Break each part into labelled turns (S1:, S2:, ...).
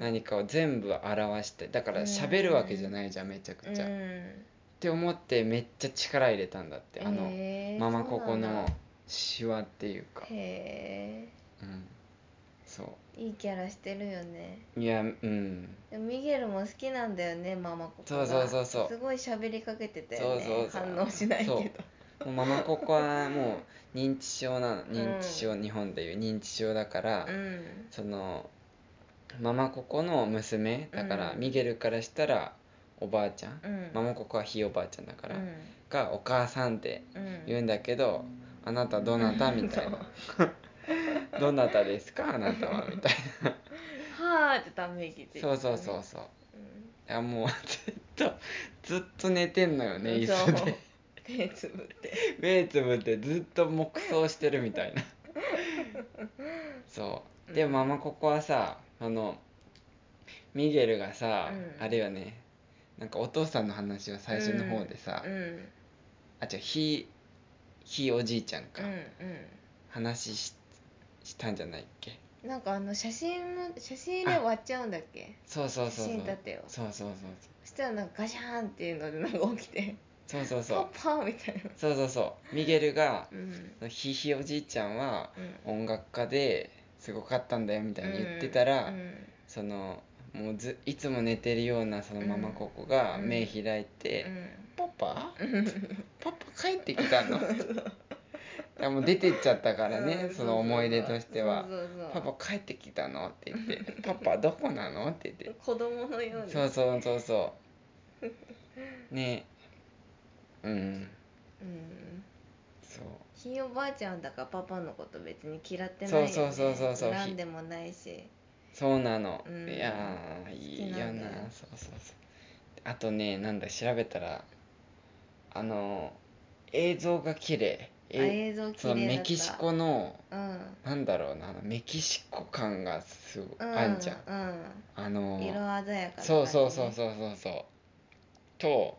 S1: 何かを全部表してだから喋るわけじゃないじゃんめちゃくちゃ。って思ってめっちゃ力入れたんだってあの、
S2: の
S1: ママここのシワっていうか。
S2: へ
S1: うん、そう
S2: えいいキャラしてるよね
S1: いやうん
S2: でもミゲルも好きなんだよねママココが
S1: そうそうそうそう
S2: すごい喋りかけてたよね
S1: そうそうそう
S2: 反応しないけど
S1: そうもうママココはもう認知症なの認知症、日本でいう認知症だから、
S2: うん
S1: そのママココの娘だから、
S2: うん
S1: ミゲルからしたらおばあちゃん、
S2: うん
S1: ママココはひいおばあちゃんだから、
S2: うん
S1: がお母さんって
S2: うん
S1: 言うんだけど、あなたどな たみたいなどなたですかあなたはみたい
S2: はあってため息ついて
S1: な
S2: た
S1: そ
S2: ね
S1: うそうそうそう
S2: うん
S1: いやもうずっとずっと寝てんのよね椅
S2: そう
S1: 子で。
S2: 目つぶって
S1: 目つぶってずっと黙想してるみたいなそうでママここはさあのミゲルがさ、
S2: うん
S1: あれよねなんかお父さんの話を最初の方で さ、
S2: うん
S1: あ違うひひいおじいちゃんか、
S2: うん
S1: 話ししたんじゃないっけ
S2: うんなんかあの写真の写真で割っちゃうんだっけ
S1: そうそうそうそう
S2: 写真立てよ
S1: そうそう
S2: そしたらなんかガシャーンっていうのでなんか起きて
S1: そうそうそうそう
S2: パパみたいな
S1: そうそうそうミゲルが
S2: うん
S1: ひいひいおじいちゃんは
S2: うん
S1: 音楽家ですごかったんだよみたいに言ってたら、
S2: うん
S1: そのもうずいつも寝てるようなそのママ
S2: うん
S1: ココが
S2: うん
S1: 目開いて
S2: う
S1: 「
S2: ん
S1: パパパパ帰ってき たの?」でもう出てっちゃったからね、
S2: うん
S1: その思い出としては
S2: そうそう
S1: 「
S2: そ
S1: パ
S2: う
S1: パ帰ってきたの?」って言って「パパどこなの?」って言って
S2: 子供のように
S1: そうそうそうそう ねうん
S2: うん
S1: そう
S2: ひいおばあちゃんだからパパのこと別に嫌ってないよ、ね、
S1: そうそうそうそうそう
S2: 恨んでもないし
S1: そうなの、
S2: うん
S1: いやーいいよ
S2: 好き
S1: な
S2: なんだよ
S1: そうそうそうあとねなんだ調べたらあの映像が綺麗
S2: あ映像綺麗だっ
S1: そ
S2: た
S1: のメキシコの
S2: うん
S1: なんだろうなあのメキシコ感がすごい、
S2: うん
S1: あんじゃん
S2: う
S1: あの
S2: ん色鮮やかな感じね
S1: そうそうそうそうそうそうと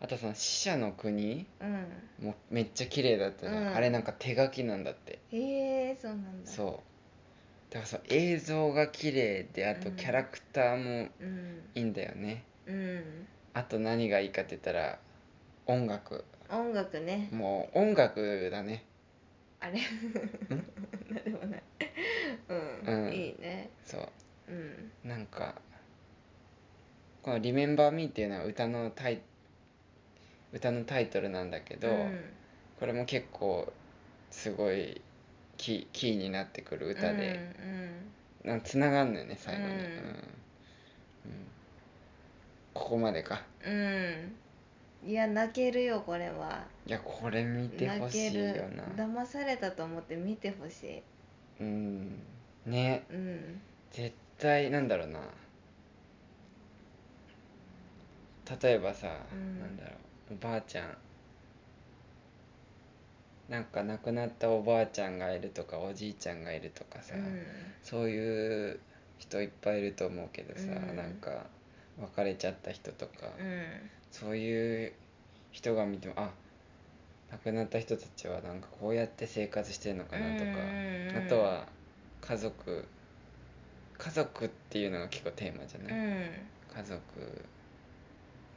S1: あとその死者の国
S2: うん
S1: もめっちゃ綺麗だったじゃん、
S2: うん
S1: あれなんか手書きなんだって
S2: へえそうなんだう、
S1: そうだからさ映像が綺麗であと
S2: うん
S1: キャラクターも
S2: ん
S1: いいんだよね、
S2: うん、
S1: あと何がいいかって言ったら音楽
S2: 音楽ね
S1: もう音楽だね
S2: あれ なんでもないうん、
S1: うん
S2: いいね
S1: そ
S2: うん
S1: うなんかこの「Remember Me」っていうのは歌のタイ歌のタイトルなんだけど、
S2: うん
S1: これも結構すごいキーキーになってくる歌で、
S2: うんうん
S1: なんつながんのよね最後に、
S2: うん
S1: うんうんここまでか
S2: うんいや泣けるよこれはい
S1: やこれ見てほしいよ
S2: 泣け
S1: な
S2: る騙されたと思って見てほしい
S1: うんね
S2: うん
S1: 絶対なんだろうな例えばさ、
S2: うん
S1: なんだろうおばあちゃんなんか亡くなったおばあちゃんがいるとかおじいちゃんがいるとかさ、
S2: うん
S1: そういう人いっぱいいると思うけどさ、
S2: うん
S1: なんか別れちゃった人とか、
S2: うん
S1: そういう人が見てもあ亡くなった人たちはなんかこうやって生活してるのかなとか、
S2: うん
S1: あとは家族家族っていうのが結構テーマじゃ
S2: うん
S1: な
S2: う
S1: い、
S2: ん
S1: 家族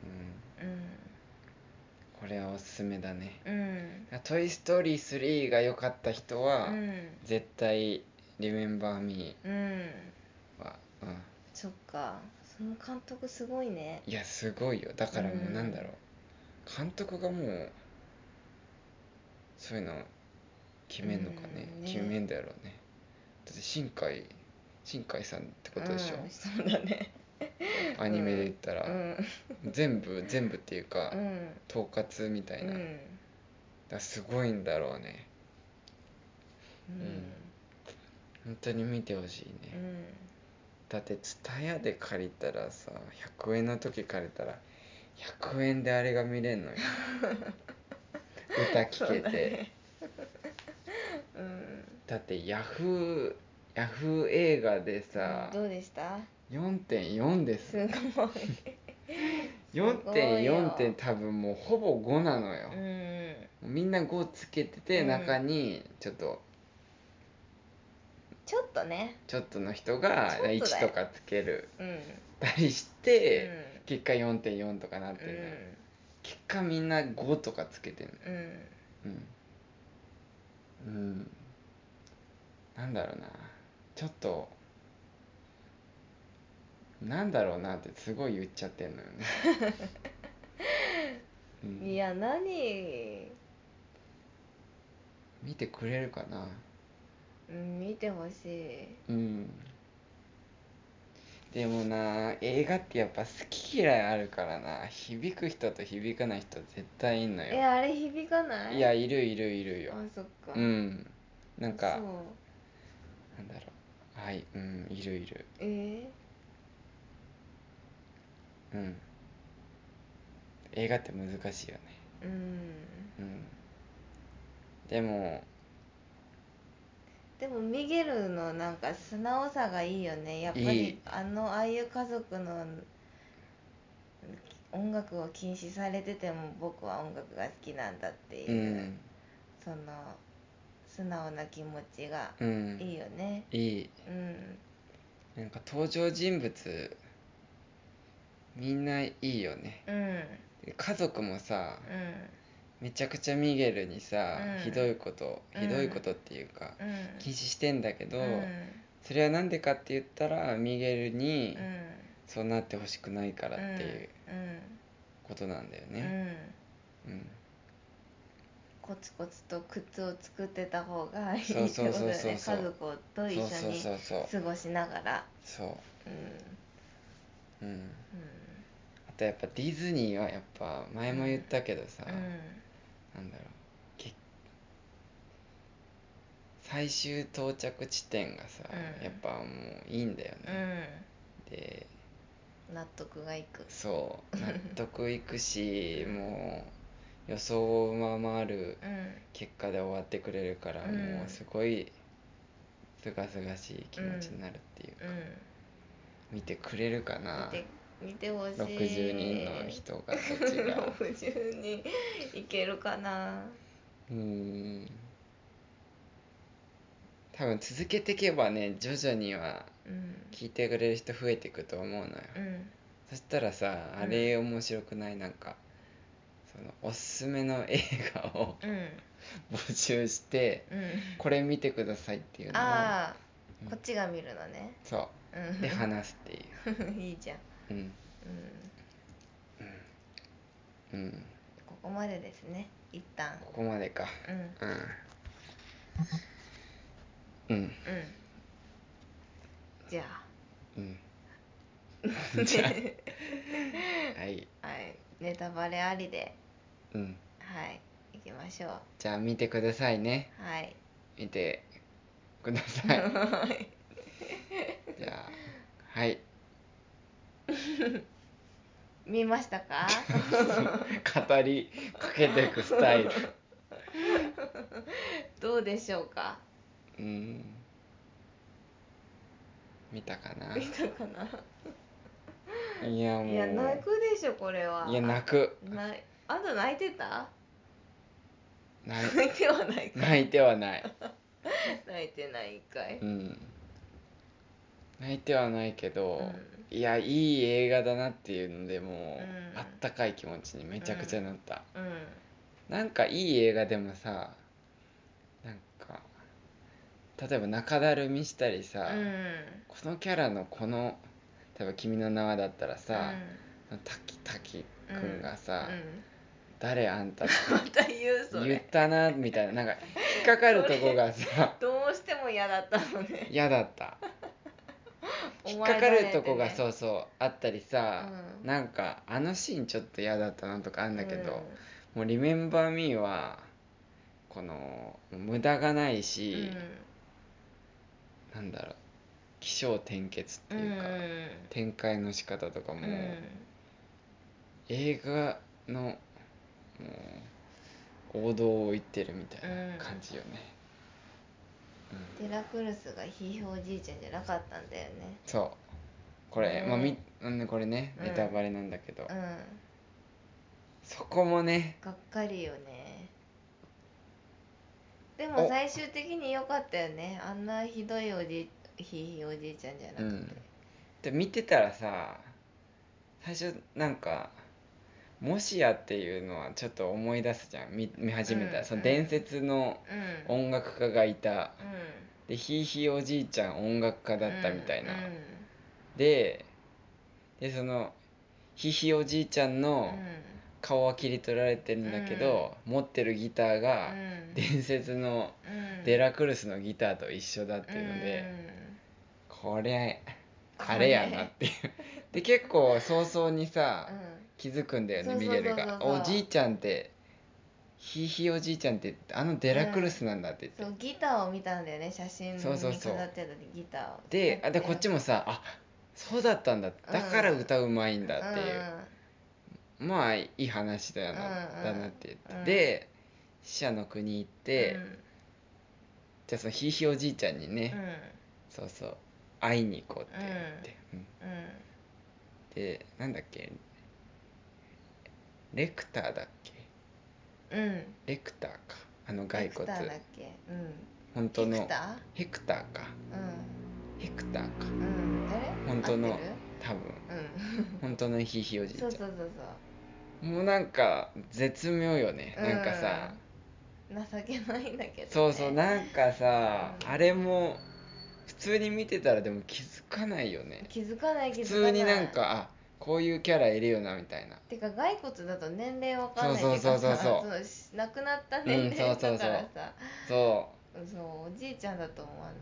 S1: うんこれはおすすめだね
S2: うん
S1: 「トイ・ストーリー3」が良かった人は、
S2: うん
S1: 絶対「リメンバー・ミ
S2: うん
S1: ーは」うん
S2: そっかその監督すごいね
S1: いやすごいよだからもううんなんだろう、監督がもうそういうの決めんのかね,、
S2: うんね
S1: 決めんだろうねだって新海新海さんってことでしょ、
S2: うん、そうだね
S1: アニメで言ったら
S2: う、ん
S1: 全部全部っていうか、
S2: うん
S1: 統括みたい
S2: う
S1: な、だか
S2: ん
S1: らすごいんだろうね
S2: うん
S1: 本当に見てほしいね、
S2: うん
S1: だって TSUTAYA で借りたらさ100円の時借りたら100円であれが見れ んのよ歌聴けてだ,、
S2: うん
S1: ってヤフーヤフー映画でさ
S2: どうでした
S1: 4.4です
S2: すごい
S1: 4.4って多分もうほぼ5なのよ
S2: う、ん
S1: みんな5つけてて
S2: うん
S1: 中にちょっと、
S2: ちょっとね
S1: ちょっとの人
S2: ち
S1: が
S2: ょっとだよ
S1: 1とかつける
S2: うん、
S1: たりして、結果4.4とかなって
S2: う
S1: る
S2: ん
S1: のよ、結果みんな5とかつけてる
S2: うんうん
S1: うん、うん、なんだろうなちょっとなんだろうなってすごい言っちゃってんのよね、 うん
S2: いや何
S1: 見てくれるかな
S2: うん見てほしい
S1: うんでもな映画ってやっぱ好き嫌いあるからな響く人と響かない人絶対いんのよ
S2: えあれ響かない
S1: いやいるいるいるよ
S2: あそっか
S1: うんなんか
S2: そう
S1: なんだろうはいうんいるいる
S2: え
S1: うん映画って難しいよね
S2: ー、うん
S1: うんでも
S2: でもミゲルのなんか素直さがいいよねやっぱり
S1: いい
S2: あのああいう家族の音楽を禁止されてても僕は音楽が好きなんだっていうう、
S1: ん
S2: その素直な気持ちが
S1: うん
S2: いいよね
S1: いい
S2: うん
S1: なんか登場人物みんないいよね
S2: うんうん
S1: で家族もさめちゃくちゃミゲルにさ、
S2: うん
S1: ひどいことひどいことっていうか、
S2: うん
S1: 禁止してんだけど、
S2: うん
S1: それはなんでかって言ったらミゲルに
S2: うん
S1: そうなってほしくないからっていう
S2: うん
S1: ことなんだよ
S2: うん、う
S1: ね。
S2: ん
S1: うん
S2: コツコツと靴を作ってた方がいいって
S1: そう
S2: こ
S1: そ
S2: と
S1: う
S2: だ
S1: そ
S2: よ
S1: うそう
S2: ね
S1: そう
S2: 家族と一
S1: そう
S2: 緒
S1: そう
S2: に
S1: そうそ
S2: 過
S1: う
S2: ごしながら
S1: そ
S2: うん
S1: う、うん、
S2: う
S1: あとやっぱディズニーはやっぱ前も言ったけどさ、
S2: ん
S1: なんだろうけ最終到着地点がさ、
S2: うん
S1: やっぱもういいんだよ
S2: うん、
S1: ね。で
S2: うん、納得がいく
S1: そう納得い くしもう予想を上回る
S2: うん
S1: 結果で終わってくれるから、
S2: うん
S1: もうすごいすがすがしい気持ちになるっていうか、
S2: うん
S1: 見てくれるか
S2: 見
S1: な
S2: て見てほしい
S1: 60人の人がたちが
S2: 60人いけるかな
S1: うーん多分続けていけばね徐々には
S2: うん
S1: 聞いてくれる人増えていくと思うのよ、
S2: うん
S1: そしたらさあれ面白くないなんかそのおすすめの映画を
S2: うん
S1: 募集して
S2: うん
S1: これ見てくださいっていうのを
S2: ああ、
S1: うん
S2: こっちが見るのね
S1: そううで話すってい
S2: ん いいじゃん
S1: ううん
S2: うん
S1: うん
S2: ここまでですね一旦
S1: ここまでか
S2: うんうん
S1: うんうん
S2: じゃあ
S1: うんじゃあ はい
S2: はいネタバレありで
S1: うん
S2: はい行きましょう
S1: じゃあ見てくださいね
S2: はい
S1: 見てくださいじゃあはい
S2: 見ました か
S1: 語りかけていくスタイル
S2: どうでしょうか
S1: うん見たかな
S2: 見たかない
S1: やもう
S2: い
S1: い
S2: や泣くでしょこれはい
S1: や泣く
S2: ないあんた泣いて た
S1: ない
S2: 泣いてはないか
S1: 泣いてはない
S2: 泣いてない一回
S1: うん泣いてはないけど、
S2: うん
S1: いやいい映画だなっていうのでもう、
S2: うん
S1: あったかい気持ちにめちゃくちゃなった、
S2: うん
S1: なんかいい映画でもさなんか例えば中だるみしたりさ、
S2: うん
S1: このキャラのこの例えば「君の名は」だったらさ、滝滝くんが
S2: うん
S1: さ
S2: うん
S1: 「誰あんた」って
S2: また言うそ
S1: 言っ
S2: れ
S1: たなみたいななんか引っかかるとこがさ
S2: どうしても嫌だったのね
S1: 嫌だった引っかかるとこがそうそうあったりさ、
S2: うん
S1: なんかあのシーンちょっと嫌だったなとかあんだけど、もう「リメンバー・ミー」はこの無駄がない
S2: うん
S1: し、なんだろう起承転結っていうか、展開の仕方とかも、
S2: うん
S1: 映画のもう王道を言ってるみたいな感じよね、
S2: デラクルスがひいおじいちゃんじゃなかったんだよね
S1: そうこれ、
S2: うん
S1: まあみ、うん、これね
S2: うん
S1: ネタバレなんだけど、
S2: うん
S1: そこもね
S2: がっかりよねでも
S1: お
S2: 最終的に良かったよねあんなひどいおじいひいおじいちゃんじゃな
S1: う
S2: くて、
S1: んで見てたらさ最初なんかもしやっていうのはちょっと思い出すじゃん見見始めたら、
S2: うん
S1: その伝説の
S2: うん
S1: 音楽家がいた
S2: うん
S1: でひいひいおじいちゃん音楽家だったみたいな、
S2: うん
S1: ででそのひいひいおじいちゃん
S2: うん
S1: の顔は切り取られてるんだけど、持ってるギターが
S2: うん
S1: 伝説の
S2: うん
S1: デラクルスのギターと一緒だっていうので、これあれやな っていうで結構早々にさ
S2: うん、うん
S1: 気づくんだよ
S2: そ
S1: ね
S2: うそう
S1: ミ
S2: そうそ
S1: ゲ
S2: う
S1: ルがおじいちゃんってひいひいおじいちゃんってあのデラクルスなんだって
S2: そ
S1: 言って、
S2: うギターを見たんだよね写真に
S1: そ
S2: 飾
S1: う
S2: って
S1: そうそう
S2: たギターを
S1: であでこっちもさあそうだったんだだから歌うまいん
S2: だ
S1: だっていう、まあいい話だよな,、
S2: うんうん
S1: だなって言って、
S2: うん
S1: で死者の国行って、じゃあそのひいひいおじいちゃんにね、
S2: うんうん
S1: そうそう会いに行こうって言って、うん
S2: うん
S1: でなんだっけレクターだっけ
S2: うん
S1: レクターかあの骸骨
S2: ヘクターだっけうん
S1: 本当
S2: ヘ
S1: の
S2: クター
S1: ヘクターかヘクターか
S2: うんうんあれ
S1: 本当の
S2: 合ってる
S1: 多分
S2: う
S1: 本当のひいひいおじい
S2: ん
S1: ちゃ
S2: そう
S1: ん
S2: そうそう
S1: もうなんか絶妙よね、
S2: うん
S1: なんかさ
S2: そう情けないんだけど、ね、
S1: そうそうなんかさ、
S2: うん
S1: あれも普通に見てたらでも気づかないよね
S2: 気づかない気づ
S1: 普
S2: か
S1: 通
S2: ない
S1: になんかあこういうキャラいるよなみたいな
S2: てか骸骨だと年齢わかんないけど
S1: そうそうそうそ
S2: さ
S1: う
S2: し亡くなった年齢だからさ、
S1: そ
S2: そうおじいちゃんだと思わない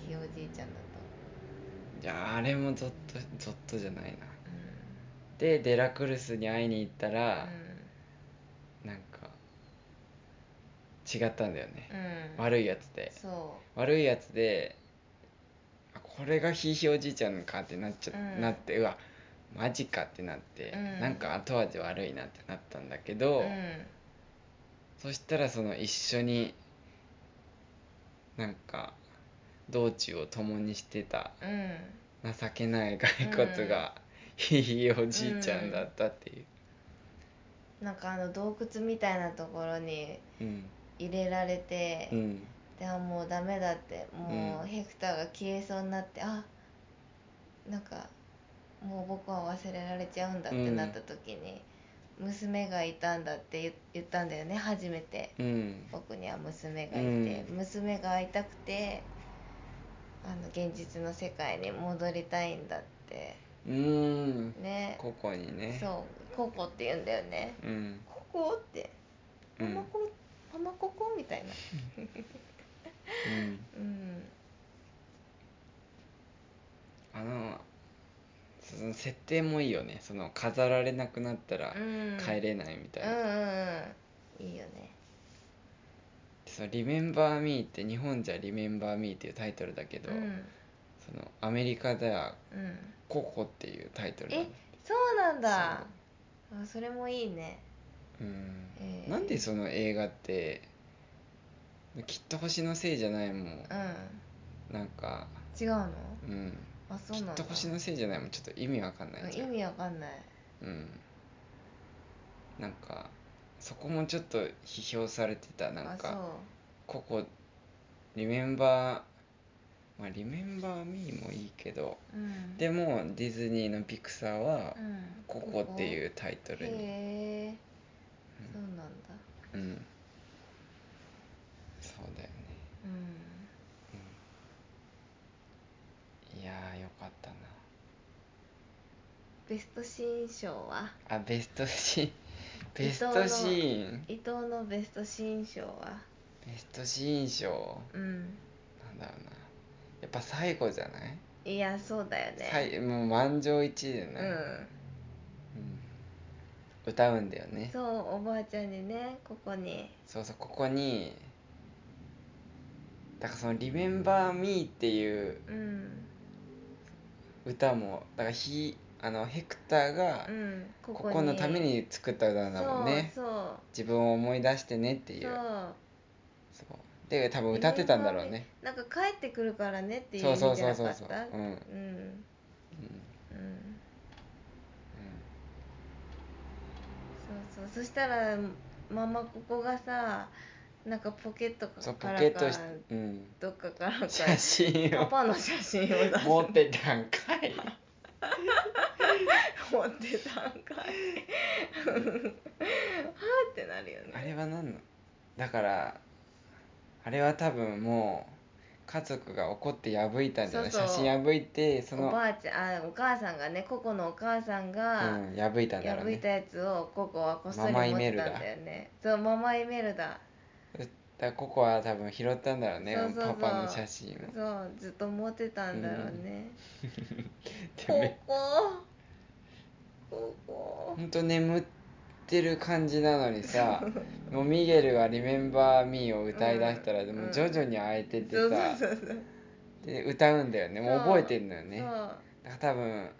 S2: ひいひいおじいちゃんだ
S1: ういやあれもゾッとゾッとじゃないな
S2: とうん
S1: でデラクルスに会いに行ったら、なんか違ったんだよね、
S2: うん、い
S1: 悪いやつで
S2: そ
S1: 悪いやつであこれがひいひいおじいちゃんかってなっちゃ、
S2: うん
S1: なってうわマジかってなって、
S2: うん
S1: なんか後味悪いなってなったんだけ
S2: う
S1: ど、
S2: うん
S1: そしたらその一緒になんか道中を共にしてた
S2: うん
S1: 情けない骸骨が、ひいひいおじいちゃんだったっていう、
S2: なんかあの洞窟みたいなところに
S1: うん
S2: 入れられて、
S1: うん
S2: であもうダメだってもうう
S1: う
S2: ヘクターが消えそうになって、あなんかもう僕は忘れられちゃうんだってなった時に、娘がいたんだって言言ったんだよね初めて
S1: うん
S2: 僕には娘がいて、
S1: う
S2: 娘が会いたくてあの現実の世界に戻りたいんだって
S1: うーん
S2: ね
S1: ここにね
S2: そうココって言うんだよね
S1: うん
S2: ココって
S1: う
S2: マ
S1: ん
S2: マコ、ママココみたいな
S1: うん
S2: うん
S1: あのその設定もいいよねその飾られなくなったら
S2: うん
S1: 帰れないみたいな、
S2: うんうんうんいいよね
S1: その「リメンバー・ミー」って日本じゃ「リメンバー・ミー」っていうタイトルだけど、
S2: うん
S1: そのアメリカでは
S2: うん
S1: 「ココ」っていうタイトル
S2: えそうなんだあそれもいいね
S1: そううん、
S2: えー
S1: なんでその映画ってきっと星のせいじゃないもん
S2: うん
S1: なんか
S2: 違うの
S1: うん
S2: あそう
S1: き
S2: な
S1: っ
S2: ん
S1: と
S2: だ
S1: 星のせいじゃないもんちょっと意味わかんな
S2: うん
S1: いじゃ
S2: 意
S1: ん
S2: 味わかんない
S1: うん、なんかそこもちょっと批評されてたなん
S2: あ
S1: かここリメンバーまあリメンバーミーもいいけど
S2: そううん
S1: でもディズニーのピクサーは
S2: うん
S1: 「ココ」って
S2: う
S1: いうタイトルに、
S2: へえそうなんだ
S1: うん、そうだよ
S2: うん
S1: ねいやーよかったな
S2: ベスト新賞は
S1: あベストシー ンベス
S2: 伊
S1: ト
S2: 藤
S1: シ
S2: の
S1: ーン
S2: 伊藤のベスト新賞は
S1: ベストシーン賞
S2: うん
S1: なんだろうなやっぱ最後じゃない
S2: いやそうだよね
S1: はい、もう満場一致でね、
S2: う
S1: うん歌うんだよ
S2: ん
S1: ね
S2: そうおばあちゃんにねここに
S1: そうそうここにだからその「Remember Me」っていう
S2: うん
S1: 歌もだからひあのヘクターが
S2: うんこ
S1: こ
S2: こに
S1: このために作った歌だもんね
S2: そうそう
S1: 自分を思い出してねっていう
S2: そ
S1: そう
S2: う
S1: で多分歌ってたんだろうね
S2: なんか帰ってくるからねっていう意
S1: そう
S2: 味じ
S1: そう
S2: ゃ
S1: そう
S2: な
S1: そ
S2: か
S1: う
S2: っ
S1: そう
S2: た
S1: うん
S2: う
S1: うん、
S2: んうんそうそうそしたらママここがさなんかポケット
S1: そうポ
S2: から
S1: ケッ
S2: か
S1: ト
S2: ら
S1: しうん
S2: どっかからか
S1: 写真
S2: パ
S1: を
S2: パの写真を出す
S1: 持ってたんかい
S2: 持ってたんかいはあってなるよ
S1: あ
S2: ね
S1: れは何なのだからあれは多分もう家族が怒って破いたんじゃない
S2: そうそう
S1: 写真破いてその
S2: おばあちゃんあお母さんがねココのお母さんが
S1: うん、破いたんだろう
S2: 破い
S1: ね
S2: たやつをココはこっそり持っ
S1: ママ
S2: て
S1: イ
S2: たん
S1: メルダ
S2: だよねそうママイメルダ
S1: だからここは多分拾ったんだろうね
S2: そうそうそう
S1: パパの写真を
S2: そうずっと持ってたんだろうね、
S1: で
S2: こ
S1: め
S2: こここ
S1: ほんと眠ってる感じなの にさもうミゲルが「リメンバー・ミー」を歌いだしたら、
S2: うん
S1: もう徐々に開いてってさ、
S2: そうそうそうそう
S1: で歌うんだよねもう
S2: そう
S1: 覚えてんのよね
S2: そ
S1: だか
S2: う
S1: ら多分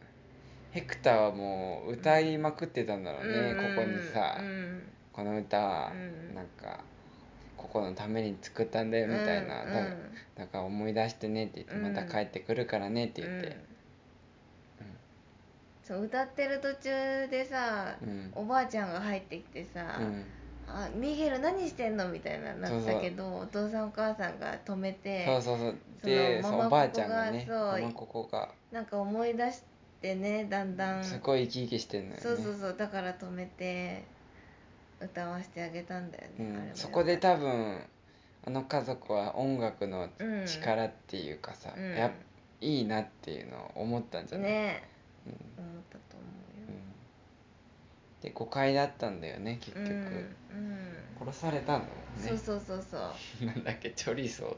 S1: ヘクターはもう歌いまくってたんだろうね、ここにさ、
S2: うん
S1: この歌は
S2: うん
S1: なんかここのために作ったんだよみたいな、
S2: うん
S1: 多分だから思い出してねって言って、
S2: うん
S1: また帰ってくるからねって言って、
S2: そう歌ってる途中でさ、
S1: うん
S2: おばあちゃんが入ってきてさ「
S1: うん
S2: あミゲル何してんの?」みたいななったけどお父さんお母さんが止めて
S1: そうそうそうで
S2: そ
S1: そ
S2: の
S1: う
S2: ママ
S1: おばあちゃんがね
S2: ここが
S1: マ
S2: そう
S1: マここが
S2: なんか思い出してねだんだん
S1: すごい生き生きしてんのよね
S2: そうそうそうだから止めて歌わせてあげたんだよね、
S1: う
S2: あれも
S1: ん
S2: よ、
S1: そこで多分あの家族は音楽の
S2: うん
S1: 力っていうかさ、
S2: うん
S1: やっいいなっていうのを思ったんじゃない、
S2: ね
S1: うんうん
S2: 思ったと思うよ、
S1: で誤解だったんだよね結
S2: うん
S1: 局、
S2: うん
S1: 殺されたんだもんね
S2: そうそうそうそう
S1: なんだっけチョリソ